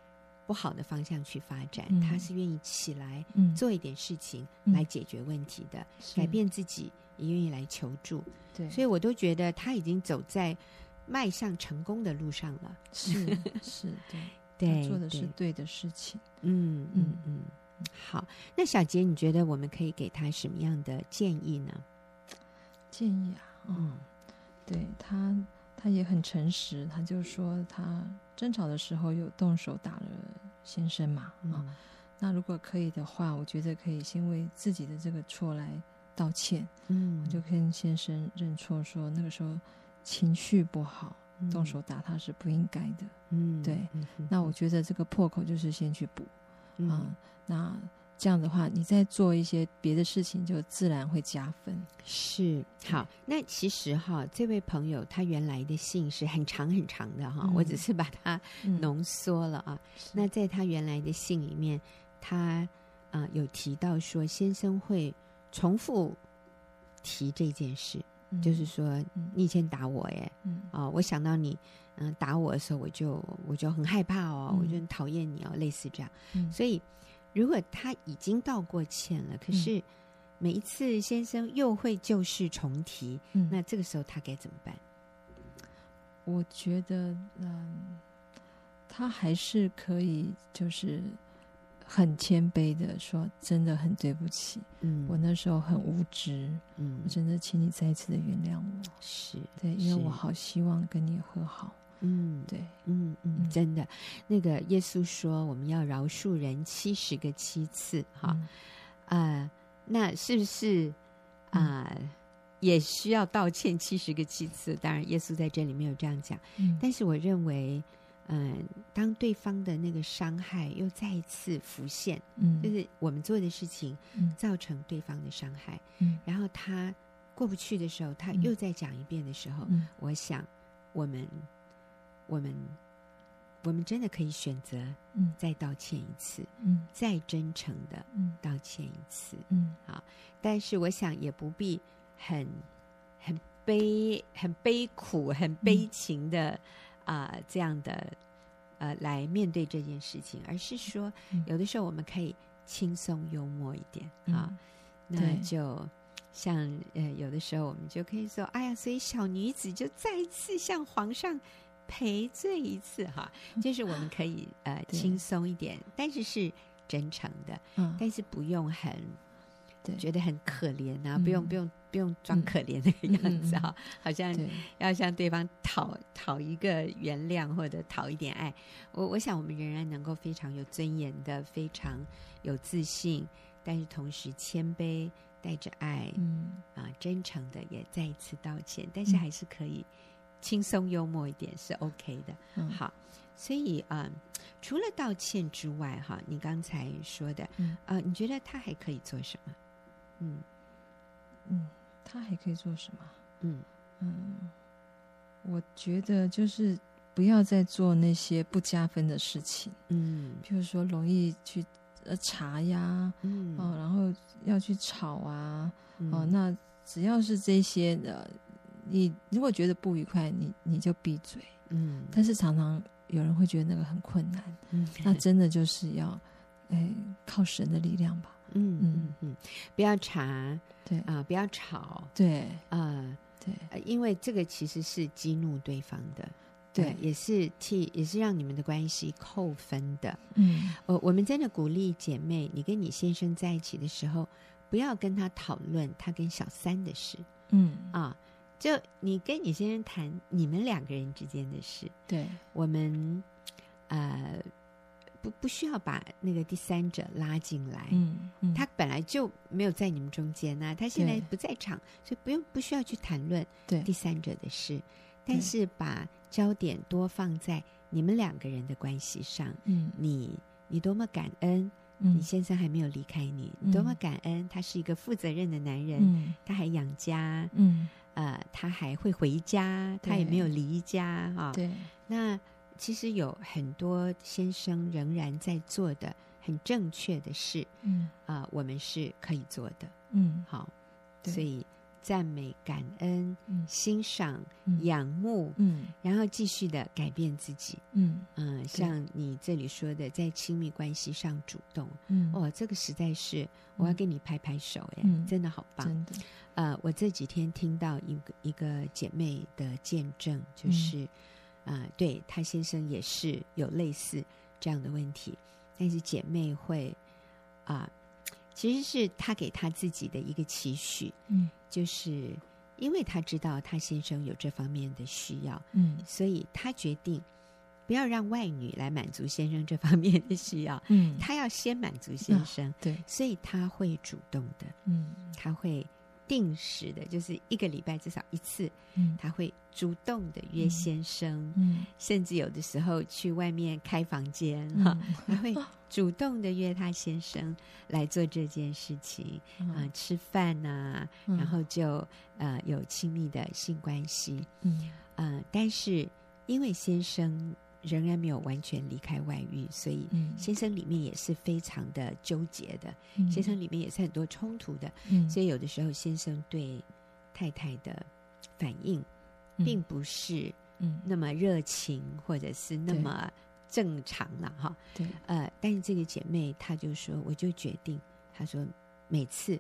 [SPEAKER 1] 不好的方向去发展。
[SPEAKER 2] 嗯
[SPEAKER 1] 她是愿意起来
[SPEAKER 2] 嗯
[SPEAKER 1] 做一点事情
[SPEAKER 2] 嗯
[SPEAKER 1] 来解决问题的，改变自己，也愿意来求助。
[SPEAKER 2] 对，
[SPEAKER 1] 所以我都觉得她已经走在迈向成功的路上了。
[SPEAKER 2] 是是对，
[SPEAKER 1] 对，
[SPEAKER 2] 他做的是
[SPEAKER 1] 对
[SPEAKER 2] 对的事情。
[SPEAKER 1] 嗯嗯
[SPEAKER 2] 嗯
[SPEAKER 1] 嗯。好，那小杰，你觉得我们可以给他什么样的建议呢？
[SPEAKER 2] 建议啊，嗯，对他，他也很诚实，他就说他争吵的时候有动手打了先生嘛，啊、
[SPEAKER 1] 嗯
[SPEAKER 2] 那如果可以的话，我觉得可以先为自己的这个错来道歉，
[SPEAKER 1] 嗯
[SPEAKER 2] 我就跟先生认错说，那个时候情绪不好，动手，打他是不应该的。
[SPEAKER 1] 嗯，
[SPEAKER 2] 对
[SPEAKER 1] 嗯，嗯
[SPEAKER 2] 那我觉得这个破口就是先去补
[SPEAKER 1] 嗯
[SPEAKER 2] 啊、那这样的话，你再做一些别的事情，就自然会加分。
[SPEAKER 1] 是
[SPEAKER 2] 嗯
[SPEAKER 1] 好，那其实哈，这位朋友他原来的信是很长很长的哈，
[SPEAKER 2] 嗯
[SPEAKER 1] 我只是把它
[SPEAKER 2] 嗯
[SPEAKER 1] 浓缩了啊。
[SPEAKER 2] 是
[SPEAKER 1] 那在他原来的信里面，他啊、呃有提到说，先生会重复提这件事，
[SPEAKER 2] 嗯
[SPEAKER 1] 就是说
[SPEAKER 2] 嗯
[SPEAKER 1] 你以前打我耶，
[SPEAKER 2] 嗯
[SPEAKER 1] 啊、我想到你，嗯、打我的时候，我就我就很害怕哦，
[SPEAKER 2] 嗯
[SPEAKER 1] 我就很讨厌你哦，类似这样。
[SPEAKER 2] 嗯
[SPEAKER 1] 所以，如果他已经道过歉了，可
[SPEAKER 2] 嗯
[SPEAKER 1] 是每一次先生又会旧事重提，
[SPEAKER 2] 嗯
[SPEAKER 1] 那这个时候他该怎么办？
[SPEAKER 2] 我觉得，嗯，他还是可以，就是很谦卑的说，真的很对不起，
[SPEAKER 1] 嗯
[SPEAKER 2] 我那时候很无知，
[SPEAKER 1] 嗯
[SPEAKER 2] 我真的请你再一次的原谅我。
[SPEAKER 1] 是
[SPEAKER 2] 对，因为我
[SPEAKER 1] 是
[SPEAKER 2] 好希望跟你和好。
[SPEAKER 1] 嗯
[SPEAKER 2] 对，
[SPEAKER 1] 嗯嗯，
[SPEAKER 2] 嗯
[SPEAKER 1] 真的，那个耶稣说我们要饶恕人七十个七次哈，
[SPEAKER 2] 嗯，嗯
[SPEAKER 1] 啊，那是不是啊、也需要道歉七十个七次？当然，耶稣在这里没有这样讲。
[SPEAKER 2] 嗯
[SPEAKER 1] 但是我认为，嗯、当对方的那个伤害又再一次浮现，
[SPEAKER 2] 嗯，
[SPEAKER 1] 就是我们做的事情
[SPEAKER 2] 嗯
[SPEAKER 1] 造成对方的伤害，
[SPEAKER 2] 嗯
[SPEAKER 1] 然后他过不去的时候，他
[SPEAKER 2] 嗯
[SPEAKER 1] 又再讲一遍的时候，
[SPEAKER 2] 嗯
[SPEAKER 1] 我想我们我们我们真的可以选择
[SPEAKER 2] 嗯
[SPEAKER 1] 再道歉一次，
[SPEAKER 2] 嗯
[SPEAKER 1] 再真诚的
[SPEAKER 2] 嗯
[SPEAKER 1] 道歉一次，
[SPEAKER 2] 嗯
[SPEAKER 1] 但是我想也不必很很悲、很悲苦、
[SPEAKER 2] 嗯
[SPEAKER 1] 很悲情的啊、呃这样的呃来面对这件事情，而是说
[SPEAKER 2] 嗯
[SPEAKER 1] 有的时候我们可以轻松幽默一点
[SPEAKER 2] 嗯
[SPEAKER 1] 啊，那
[SPEAKER 2] 对
[SPEAKER 1] 就。像呃，有的时候我们就可以说，哎呀，所以小女子就再一次向皇上赔罪一次哈，就是我们可以呃
[SPEAKER 2] 嗯对
[SPEAKER 1] 轻松一点，但是是真诚的，
[SPEAKER 2] 嗯，
[SPEAKER 1] 但是不用很
[SPEAKER 2] 对
[SPEAKER 1] 觉得很可怜啊，
[SPEAKER 2] 嗯
[SPEAKER 1] 不用不用不用装可怜那个样子哈、好像
[SPEAKER 2] 对，
[SPEAKER 1] 要向对方讨讨一个原谅或者讨一点爱。我我想我们仍然能够非常有尊严的，非常有自信，但是同时谦卑，带着爱
[SPEAKER 2] 嗯
[SPEAKER 1] 啊、真诚的也再一次道歉，但是还是可以轻松幽默一点是 OK 的。
[SPEAKER 2] 嗯，
[SPEAKER 1] 好，所以啊、呃除了道歉之外，哈，你刚才说的，
[SPEAKER 2] 嗯
[SPEAKER 1] 呃，你觉得他还可以做什么？嗯
[SPEAKER 2] 嗯，他还可以做什么？
[SPEAKER 1] 嗯
[SPEAKER 2] 嗯，我觉得就是不要再做那些不加分的事情，
[SPEAKER 1] 嗯
[SPEAKER 2] 譬如说容易去呃查呀，
[SPEAKER 1] 嗯
[SPEAKER 2] 哦，然后要去吵啊，
[SPEAKER 1] 嗯
[SPEAKER 2] 哦，那只要是这些呃，你如果觉得不愉快，你你就闭嘴。
[SPEAKER 1] 嗯
[SPEAKER 2] 但是常常有人会觉得那个很困难，
[SPEAKER 1] 嗯
[SPEAKER 2] 那真的就是要，哎，靠神的力量吧。
[SPEAKER 1] 嗯嗯嗯，不要查啊、
[SPEAKER 2] 对，
[SPEAKER 1] 不要吵
[SPEAKER 2] 对，
[SPEAKER 1] 啊、
[SPEAKER 2] 对，
[SPEAKER 1] 呃因为这个其实是激怒对方的。
[SPEAKER 2] 对
[SPEAKER 1] 呃也是替，也是让你们的关系扣分的。
[SPEAKER 2] 嗯，
[SPEAKER 1] 我我们真的鼓励姐妹，你跟你先生在一起的时候，不要跟他讨论他跟小三的事。
[SPEAKER 2] 嗯，
[SPEAKER 1] 啊，就你跟你先生谈你们两个人之间的事，
[SPEAKER 2] 对，
[SPEAKER 1] 我们呃不不需要把那个第三者拉进来，
[SPEAKER 2] 嗯，嗯
[SPEAKER 1] 他本来就没有在你们中间呐、他现在
[SPEAKER 2] 对
[SPEAKER 1] 不在场，所以不用不需要去谈论
[SPEAKER 2] 对
[SPEAKER 1] 第三者的事，但
[SPEAKER 2] 对
[SPEAKER 1] 是把焦点多放在你们两个人的关系上，
[SPEAKER 2] 嗯
[SPEAKER 1] 你。你多么感恩，你
[SPEAKER 2] 嗯
[SPEAKER 1] 先生还没有离开你，你多么
[SPEAKER 2] 嗯
[SPEAKER 1] 感恩，他是一个负责任的男人，
[SPEAKER 2] 嗯
[SPEAKER 1] 他还养家，
[SPEAKER 2] 嗯，
[SPEAKER 1] 呃，他还会回家，他也
[SPEAKER 2] 对
[SPEAKER 1] 没有离家哈、
[SPEAKER 2] 对，
[SPEAKER 1] 那其实有很多先生仍然在做的很正确的事
[SPEAKER 2] 嗯
[SPEAKER 1] 啊、呃我们是可以做的。
[SPEAKER 2] 嗯
[SPEAKER 1] 好，
[SPEAKER 2] 对
[SPEAKER 1] 所以赞美、感恩、
[SPEAKER 2] 嗯
[SPEAKER 1] 欣赏、
[SPEAKER 2] 嗯
[SPEAKER 1] 仰慕，
[SPEAKER 2] 嗯
[SPEAKER 1] 然后继续的改变自己。
[SPEAKER 2] 嗯
[SPEAKER 1] 嗯、像你这里说的，在亲密关系上主动，
[SPEAKER 2] 嗯，
[SPEAKER 1] 哦，这个实在是我要
[SPEAKER 2] 嗯
[SPEAKER 1] 跟你拍拍手，哎、
[SPEAKER 2] 嗯
[SPEAKER 1] 真的好棒。
[SPEAKER 2] 真的，
[SPEAKER 1] 呃，我这几天听到一个一个姐妹的见证，就是啊、呃对她先生也是有类似这样的问题，但是姐妹会啊、其实是她给她自己的一个期许，
[SPEAKER 2] 嗯
[SPEAKER 1] 就是因为她知道她先生有这方面的需要，
[SPEAKER 2] 嗯
[SPEAKER 1] 所以她决定不要让外女来满足先生这方面的需要，
[SPEAKER 2] 嗯，
[SPEAKER 1] 她要先满足先生，
[SPEAKER 2] 对，
[SPEAKER 1] 所以她会主动的。
[SPEAKER 2] 嗯
[SPEAKER 1] 他会定时的，就是一个礼拜至少一次，
[SPEAKER 2] 嗯
[SPEAKER 1] 他会主动的约先生，
[SPEAKER 2] 嗯
[SPEAKER 1] 甚至有的时候去外面开房间
[SPEAKER 2] 嗯
[SPEAKER 1] 哈，他会主动的约他先生来做这件事情啊、
[SPEAKER 2] 嗯
[SPEAKER 1] 吃饭呐、
[SPEAKER 2] 嗯
[SPEAKER 1] 然后就呃有亲密的性关系，
[SPEAKER 2] 嗯
[SPEAKER 1] 呃，但是因为先生仍然没有完全离开外遇，所以
[SPEAKER 2] 嗯
[SPEAKER 1] 先生里面也是非常的纠结的，
[SPEAKER 2] 嗯
[SPEAKER 1] 先生里面也是很多冲突的，
[SPEAKER 2] 嗯
[SPEAKER 1] 所以有的时候先生对太太的反应并不是
[SPEAKER 2] 嗯
[SPEAKER 1] 那么热情，或者是那
[SPEAKER 2] 对
[SPEAKER 1] 么正常了、哈。
[SPEAKER 2] 对
[SPEAKER 1] 呃，但是这个姐妹她就说，我就决定，她说每次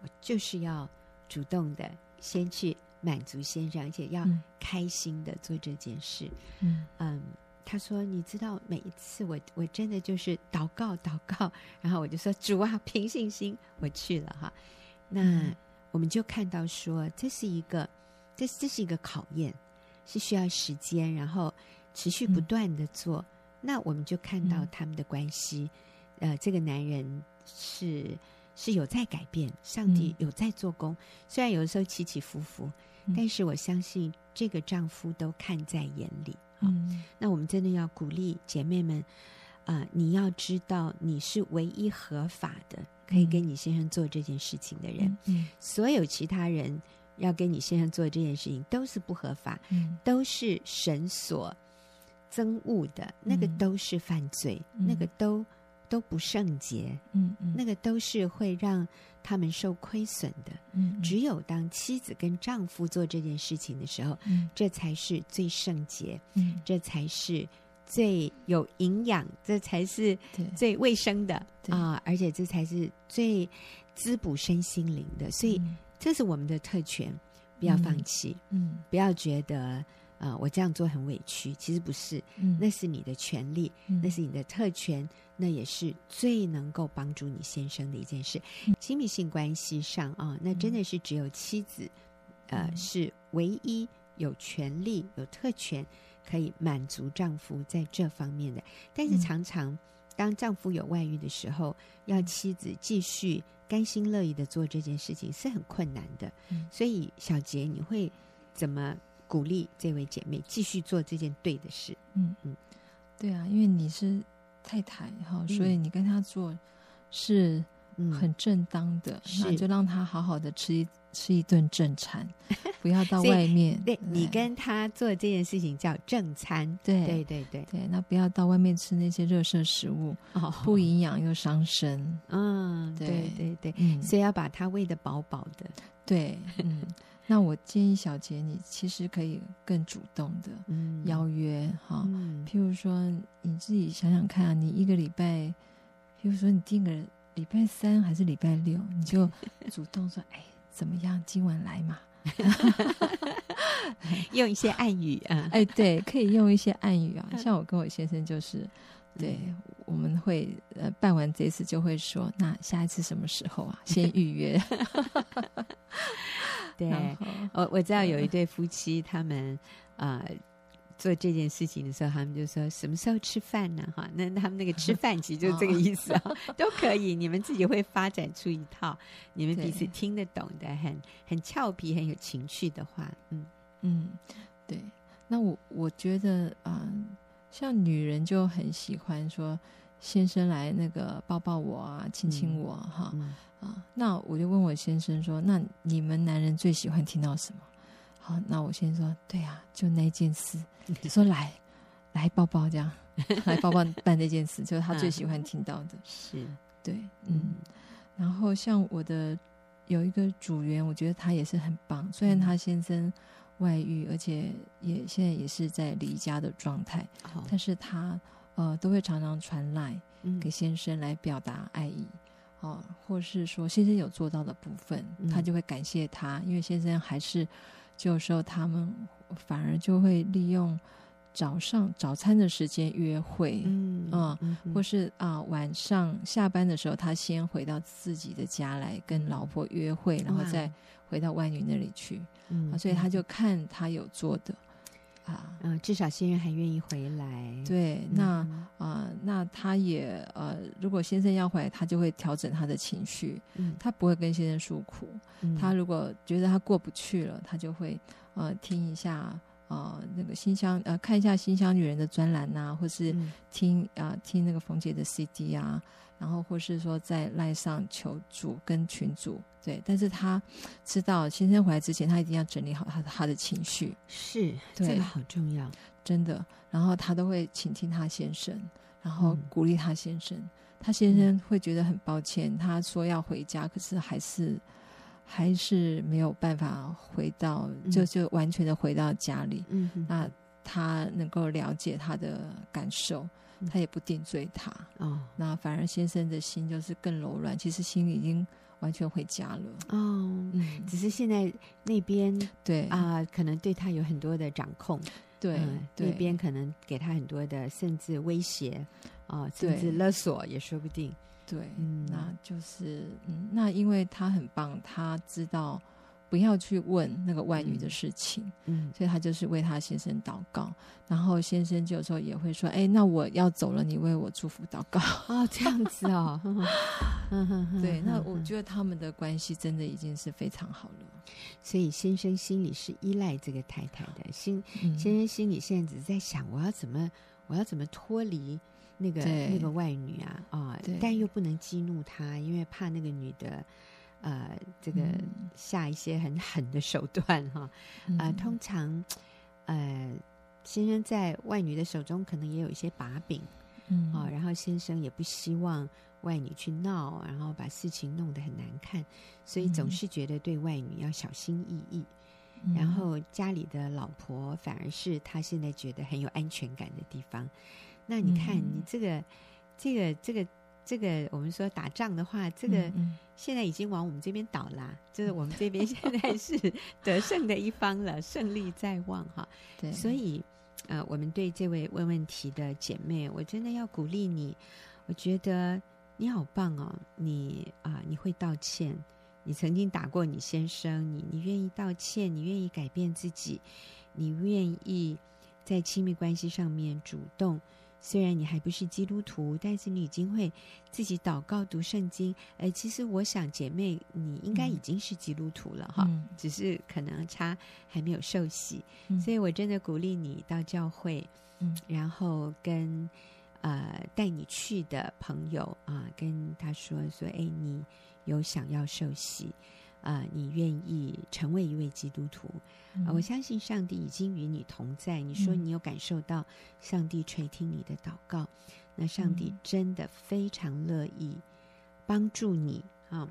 [SPEAKER 1] 我就是要主动的先去满足先生，而且要
[SPEAKER 2] 嗯
[SPEAKER 1] 开心的做这件事。
[SPEAKER 2] 嗯
[SPEAKER 1] 嗯，他说：“你知道，每一次我我真的就是祷告祷告，然后我就说主啊，凭信心我去了哈。那”
[SPEAKER 2] 嗯
[SPEAKER 1] 我们就看到说，这是一个这这是一个考验，是需要时间，然后持续不
[SPEAKER 2] 嗯
[SPEAKER 1] 断的做。那我们就看到
[SPEAKER 2] 嗯
[SPEAKER 1] 他们的关系，呃，这个男人是是有在改变，上帝有在做工，虽然有的时候起起伏伏，
[SPEAKER 2] 嗯
[SPEAKER 1] 但是我相信这个丈夫都看在眼里。啊。
[SPEAKER 2] 嗯
[SPEAKER 1] 那我们真的要鼓励姐妹们，啊、你要知道你是唯一合法的可以
[SPEAKER 2] 嗯
[SPEAKER 1] 跟你先生做这件事情的人，
[SPEAKER 2] 嗯嗯
[SPEAKER 1] 所有其他人要跟你先生做这件事情都是不合法，
[SPEAKER 2] 嗯
[SPEAKER 1] 都是神所憎恶的，那个
[SPEAKER 2] 嗯
[SPEAKER 1] 都是犯罪，那个
[SPEAKER 2] 嗯
[SPEAKER 1] 都都不圣洁，
[SPEAKER 2] 嗯嗯
[SPEAKER 1] 那个都是会让他们受亏损的。
[SPEAKER 2] 嗯
[SPEAKER 1] 只有当妻子跟丈夫做这件事情的时候，
[SPEAKER 2] 嗯
[SPEAKER 1] 这才是最圣洁，
[SPEAKER 2] 嗯
[SPEAKER 1] 这才是最有营养，这才是
[SPEAKER 2] 对
[SPEAKER 1] 最卫生的
[SPEAKER 2] 对
[SPEAKER 1] 啊、而且这才是最滋补身心灵的。所以
[SPEAKER 2] 嗯
[SPEAKER 1] 这是我们的特权，不要放
[SPEAKER 2] 嗯
[SPEAKER 1] 弃，
[SPEAKER 2] 嗯
[SPEAKER 1] 不要觉得呃我这样做很委屈，其实不是，
[SPEAKER 2] 嗯
[SPEAKER 1] 那是你的权利，
[SPEAKER 2] 嗯
[SPEAKER 1] 那是你的特权，那也是最能够帮助你先生的一件事。
[SPEAKER 2] 嗯
[SPEAKER 1] 亲密性关系上啊、那真的是只有妻子，呃，
[SPEAKER 2] 嗯
[SPEAKER 1] 是唯一有权利、有特权可以满足丈夫在这方面的。但是
[SPEAKER 2] 嗯
[SPEAKER 1] 常常，当丈夫有外遇的时候，要妻子继续甘心乐意的做这件事情是很困难的。
[SPEAKER 2] 嗯
[SPEAKER 1] 所以，小杰，你会怎么鼓励这位姐妹继续做这件对的事？
[SPEAKER 2] 对啊，因为你是太太哈，所以你跟他做是
[SPEAKER 1] 嗯，
[SPEAKER 2] 很正当的，那
[SPEAKER 1] 是
[SPEAKER 2] 就让他好好的吃一吃一顿 正餐，不要到
[SPEAKER 1] 所以
[SPEAKER 2] 外面。
[SPEAKER 1] 对你跟他做这件事情叫正餐，
[SPEAKER 2] 对
[SPEAKER 1] 对对对，
[SPEAKER 2] 对，那不要到外面吃那些热色食物，
[SPEAKER 1] 哦，
[SPEAKER 2] 不营养又伤身。
[SPEAKER 1] 嗯，
[SPEAKER 2] 对
[SPEAKER 1] 对对对，
[SPEAKER 2] 嗯，
[SPEAKER 1] 所以要把他喂得饱饱的，
[SPEAKER 2] 对，嗯，那我建议小杰，你其实可以更主动的
[SPEAKER 1] 嗯
[SPEAKER 2] 邀约哈，
[SPEAKER 1] 嗯
[SPEAKER 2] 譬如说你自己想想看啊，你一个礼拜，譬如说你定个礼拜三还是礼拜六，你就主动说，哎，怎么样，今晚来嘛？
[SPEAKER 1] 用一些暗语啊，
[SPEAKER 2] 哎，对，可以用一些暗语啊， 像我跟我先生就是，对，我们会呃办完这一次就会说，那下一次什么时候啊？先预约，
[SPEAKER 1] 对，
[SPEAKER 2] 然后
[SPEAKER 1] 我我知道有一对夫妻，他们啊。呃做这件事情的时候，他们就说什么时候吃饭呢？哈，那那他们那个吃饭其实就是这个意 思啊，都可以，你们自己会发展出一套你们彼此
[SPEAKER 2] 对
[SPEAKER 1] 听得懂的、很很俏皮、很有情趣的话，嗯
[SPEAKER 2] 嗯，对。那我我觉得，嗯、像女人就很喜欢说，先生来那个抱抱我啊，亲亲我啊哈
[SPEAKER 1] 嗯
[SPEAKER 2] 啊、那我就问我先生说，那你们男人最喜欢听到什么？好，那我先生说，对啊，就那件事，就说来来抱抱这样，来抱抱办那件事，就是他最喜欢听到的。
[SPEAKER 1] 是，
[SPEAKER 2] 对，嗯。然后像我的有一个组员，我觉得他也是很棒，虽然他先生外遇，而且也现在也是在离家的状态，
[SPEAKER 1] 好，
[SPEAKER 2] 但是他呃都会常常传赖
[SPEAKER 1] 嗯
[SPEAKER 2] 给先生来表达爱意。哦，或是说先生有做到的部分，他
[SPEAKER 1] 嗯
[SPEAKER 2] 就会感谢他，因为先生还是就有时候他们反而就会利用早上早餐的时间约会，
[SPEAKER 1] 嗯
[SPEAKER 2] 嗯
[SPEAKER 1] 嗯
[SPEAKER 2] 或是啊、晚上下班的时候，他先回到自己的家来跟老婆约会，然后
[SPEAKER 1] 哇
[SPEAKER 2] 再回到外女那里去、啊
[SPEAKER 1] 嗯
[SPEAKER 2] 啊，所以他就看他有做的，啊。
[SPEAKER 1] 嗯，至少先人还愿意回来。
[SPEAKER 2] 对，
[SPEAKER 1] 嗯，
[SPEAKER 2] 那啊、那他也呃，如果先生要回来，他就会调整他的情绪，
[SPEAKER 1] 嗯
[SPEAKER 2] 他不会跟先生诉苦。
[SPEAKER 1] 嗯
[SPEAKER 2] 他如果觉得他过不去了，他就会呃听一下呃那个新乡呃看一下新乡女人的专栏呐、或是
[SPEAKER 1] 嗯
[SPEAKER 2] 听啊、呃听那个冯姐的 CD 啊，然后或是说在赖上求助跟群主对，但是他知道先生回来之前，他一定要整理好他的他的情绪，
[SPEAKER 1] 是
[SPEAKER 2] 对
[SPEAKER 1] 这个好重要。
[SPEAKER 2] 真的，然后他都会倾听他先生，然后
[SPEAKER 1] 嗯
[SPEAKER 2] 鼓励他先生，他先生会觉得很抱歉，他说要回家，可是还是。还是没有办法回到，就
[SPEAKER 1] 嗯
[SPEAKER 2] 就完全的回到家里。
[SPEAKER 1] 嗯哼，
[SPEAKER 2] 那他能够了解他的感受，
[SPEAKER 1] 嗯
[SPEAKER 2] 他也不定罪他。
[SPEAKER 1] 哦
[SPEAKER 2] 那反而先生的心就是更柔软，其实心已经完全回家了。
[SPEAKER 1] 哦，
[SPEAKER 2] 嗯，
[SPEAKER 1] 只是现在那边
[SPEAKER 2] 对啊，
[SPEAKER 1] 啊、可能对他有很多的掌控，
[SPEAKER 2] 对
[SPEAKER 1] 嗯
[SPEAKER 2] 对，
[SPEAKER 1] 那边可能给他很多的甚至威胁啊、甚
[SPEAKER 2] 对
[SPEAKER 1] 至勒索也说不定。
[SPEAKER 2] 对，
[SPEAKER 1] 嗯
[SPEAKER 2] 那就是嗯，那因为他很棒，他知道不要去问那个外女的
[SPEAKER 1] 嗯
[SPEAKER 2] 事情，
[SPEAKER 1] 嗯
[SPEAKER 2] 所以他就是为他先生祷告。然后先生就有时候也会说：“哎，那我要走了，你为我祝福祷告。”
[SPEAKER 1] 哦，这样子哦，嗯哼哼
[SPEAKER 2] 对，那
[SPEAKER 1] 哼
[SPEAKER 2] 我
[SPEAKER 1] 哼
[SPEAKER 2] 觉得他们的关系真的已经是非常好了。
[SPEAKER 1] 所以先生心里是依赖这个太太的，心
[SPEAKER 2] 嗯
[SPEAKER 1] 先生心里现在只是在想，我要怎么我要怎么脱离那个
[SPEAKER 2] 对
[SPEAKER 1] 那个外女啊啊、
[SPEAKER 2] 对
[SPEAKER 1] 但又不能激怒她，因为怕那个女的呃这个
[SPEAKER 2] 嗯
[SPEAKER 1] 下一些很狠的手段哈、
[SPEAKER 2] 嗯
[SPEAKER 1] 啊，通常，呃，先生在外女的手中可能也有一些把柄
[SPEAKER 2] 嗯
[SPEAKER 1] 啊、然后先生也不希望外女去闹，然后把事情弄得很难看，所以总
[SPEAKER 2] 嗯
[SPEAKER 1] 是觉得对外女要小心翼翼。
[SPEAKER 2] 嗯
[SPEAKER 1] 然后家里的老婆反而是他现在觉得很有安全感的地方。那你看，
[SPEAKER 2] 嗯
[SPEAKER 1] 你这个，这个，这个。这个我们说打仗的话，这个
[SPEAKER 2] 嗯嗯
[SPEAKER 1] 现在已经往我们这边倒啦，就是我们这 边现在是得胜的一方了，胜利在望哈。
[SPEAKER 2] 对，
[SPEAKER 1] 所以，呃，我们对这位问问题的姐妹，我真的要鼓励你。我觉得你好棒哦，你啊、你会道歉，你曾经打过你先生，你你愿意道歉，你愿意改变自己，你愿意在亲密关系上面主动。虽然你还不是基督徒，但是你已经会自己祷告、读圣经。哎，其实我想，姐妹，你应该已
[SPEAKER 2] 嗯
[SPEAKER 1] 经是基督徒了哈，
[SPEAKER 2] 嗯
[SPEAKER 1] 只是可能差还没有受洗。
[SPEAKER 2] 嗯
[SPEAKER 1] 所以我真的鼓励你到教会，
[SPEAKER 2] 嗯，
[SPEAKER 1] 然后跟呃带你去的朋友啊、跟他说说，哎，你有想要受洗啊、你愿意成为一位基督徒啊、我相信上帝已经与你同在。你说
[SPEAKER 2] 嗯
[SPEAKER 1] 你有感受到上帝垂听你的祷告，那上帝
[SPEAKER 2] 嗯
[SPEAKER 1] 真的非常乐意帮助你啊。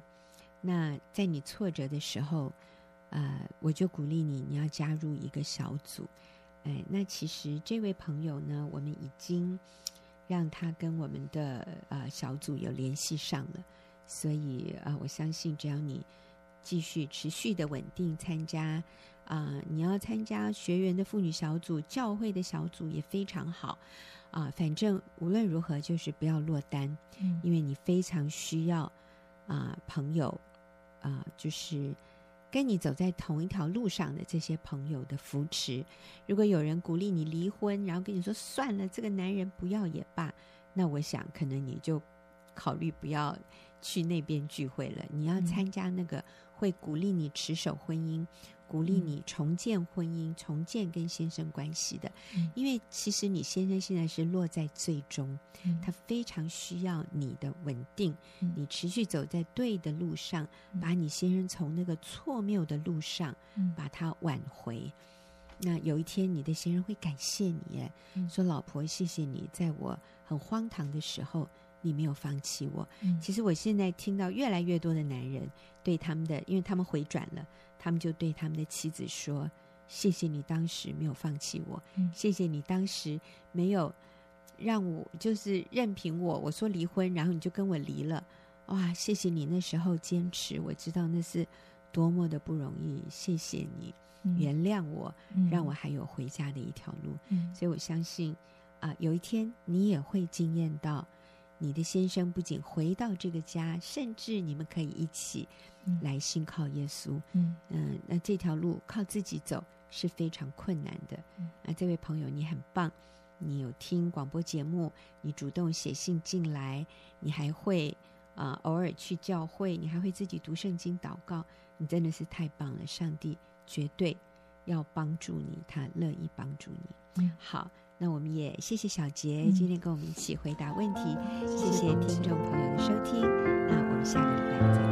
[SPEAKER 1] 那在你挫折的时候，呃，我就鼓励你，你要加入一个小组。哎，那其实这位朋友呢，我们已经让他跟我们的呃小组有联系上了，所以呃，我相信只要你继续持续的稳定参加啊、你要参加学员的妇女小组、教会的小组也非常好啊、反正无论如何，就是不要落单。
[SPEAKER 2] 嗯
[SPEAKER 1] 因为你非常需要啊、朋友啊、就是跟你走在同一条路上的这些朋友的扶持。如果有人鼓励你离婚，然后跟你说算了，这个男人不要也罢，那我想可能你就考虑不要去那边聚会了。你要
[SPEAKER 2] 嗯
[SPEAKER 1] 参加那个会鼓励你持守婚姻。鼓励
[SPEAKER 2] 嗯
[SPEAKER 1] 你重建婚姻、重建跟先生关系的，
[SPEAKER 2] 嗯
[SPEAKER 1] 因为其实你先生现在是落在最终，
[SPEAKER 2] 嗯
[SPEAKER 1] 他非常需要你的稳定，
[SPEAKER 2] 嗯
[SPEAKER 1] 你持续走在对的路上，
[SPEAKER 2] 嗯
[SPEAKER 1] 把你先生从那个错谬的路上
[SPEAKER 2] 嗯
[SPEAKER 1] 把他挽回。那有一天，你的先生会感谢你耶，
[SPEAKER 2] 嗯
[SPEAKER 1] 说：“老婆，谢谢你，在我很荒唐的时候，你没有放弃我。”
[SPEAKER 2] 嗯
[SPEAKER 1] 其实我现在听到越来越多的男人对他们的，因为他们回转了，他们就对他们的妻子说：“谢谢你当时没有放弃我，
[SPEAKER 2] 嗯
[SPEAKER 1] 谢谢你当时没有让我就是任凭我，我说离婚，然后你就跟我离了，哇，谢谢你那时候坚持，我知道那是多么的不容易，谢谢你
[SPEAKER 2] 嗯
[SPEAKER 1] 原谅我，
[SPEAKER 2] 嗯
[SPEAKER 1] 让我还有回家的一条路。”
[SPEAKER 2] 嗯
[SPEAKER 1] 所以我相信啊、有一天你也会惊艳到你的先生不仅回到这个家，甚至你们可以一起
[SPEAKER 2] 嗯
[SPEAKER 1] 来信靠耶稣。
[SPEAKER 2] 嗯
[SPEAKER 1] 嗯、那这条路靠自己走是非常困难的。
[SPEAKER 4] 嗯
[SPEAKER 1] 啊，这位朋友你很棒，你有听广播节目，你主动写信进来，你还会啊、偶尔去教会，你还会自己读圣经祷告，你真的是太棒了！上帝绝对要帮助你，他乐意帮助你。
[SPEAKER 4] 嗯
[SPEAKER 1] 好，那我们也谢谢小杰
[SPEAKER 4] 嗯
[SPEAKER 1] 今天跟我们一起回答问题，谢谢
[SPEAKER 4] 谢
[SPEAKER 1] 听众朋友的收听，那我们下个礼拜再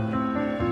[SPEAKER 1] 会。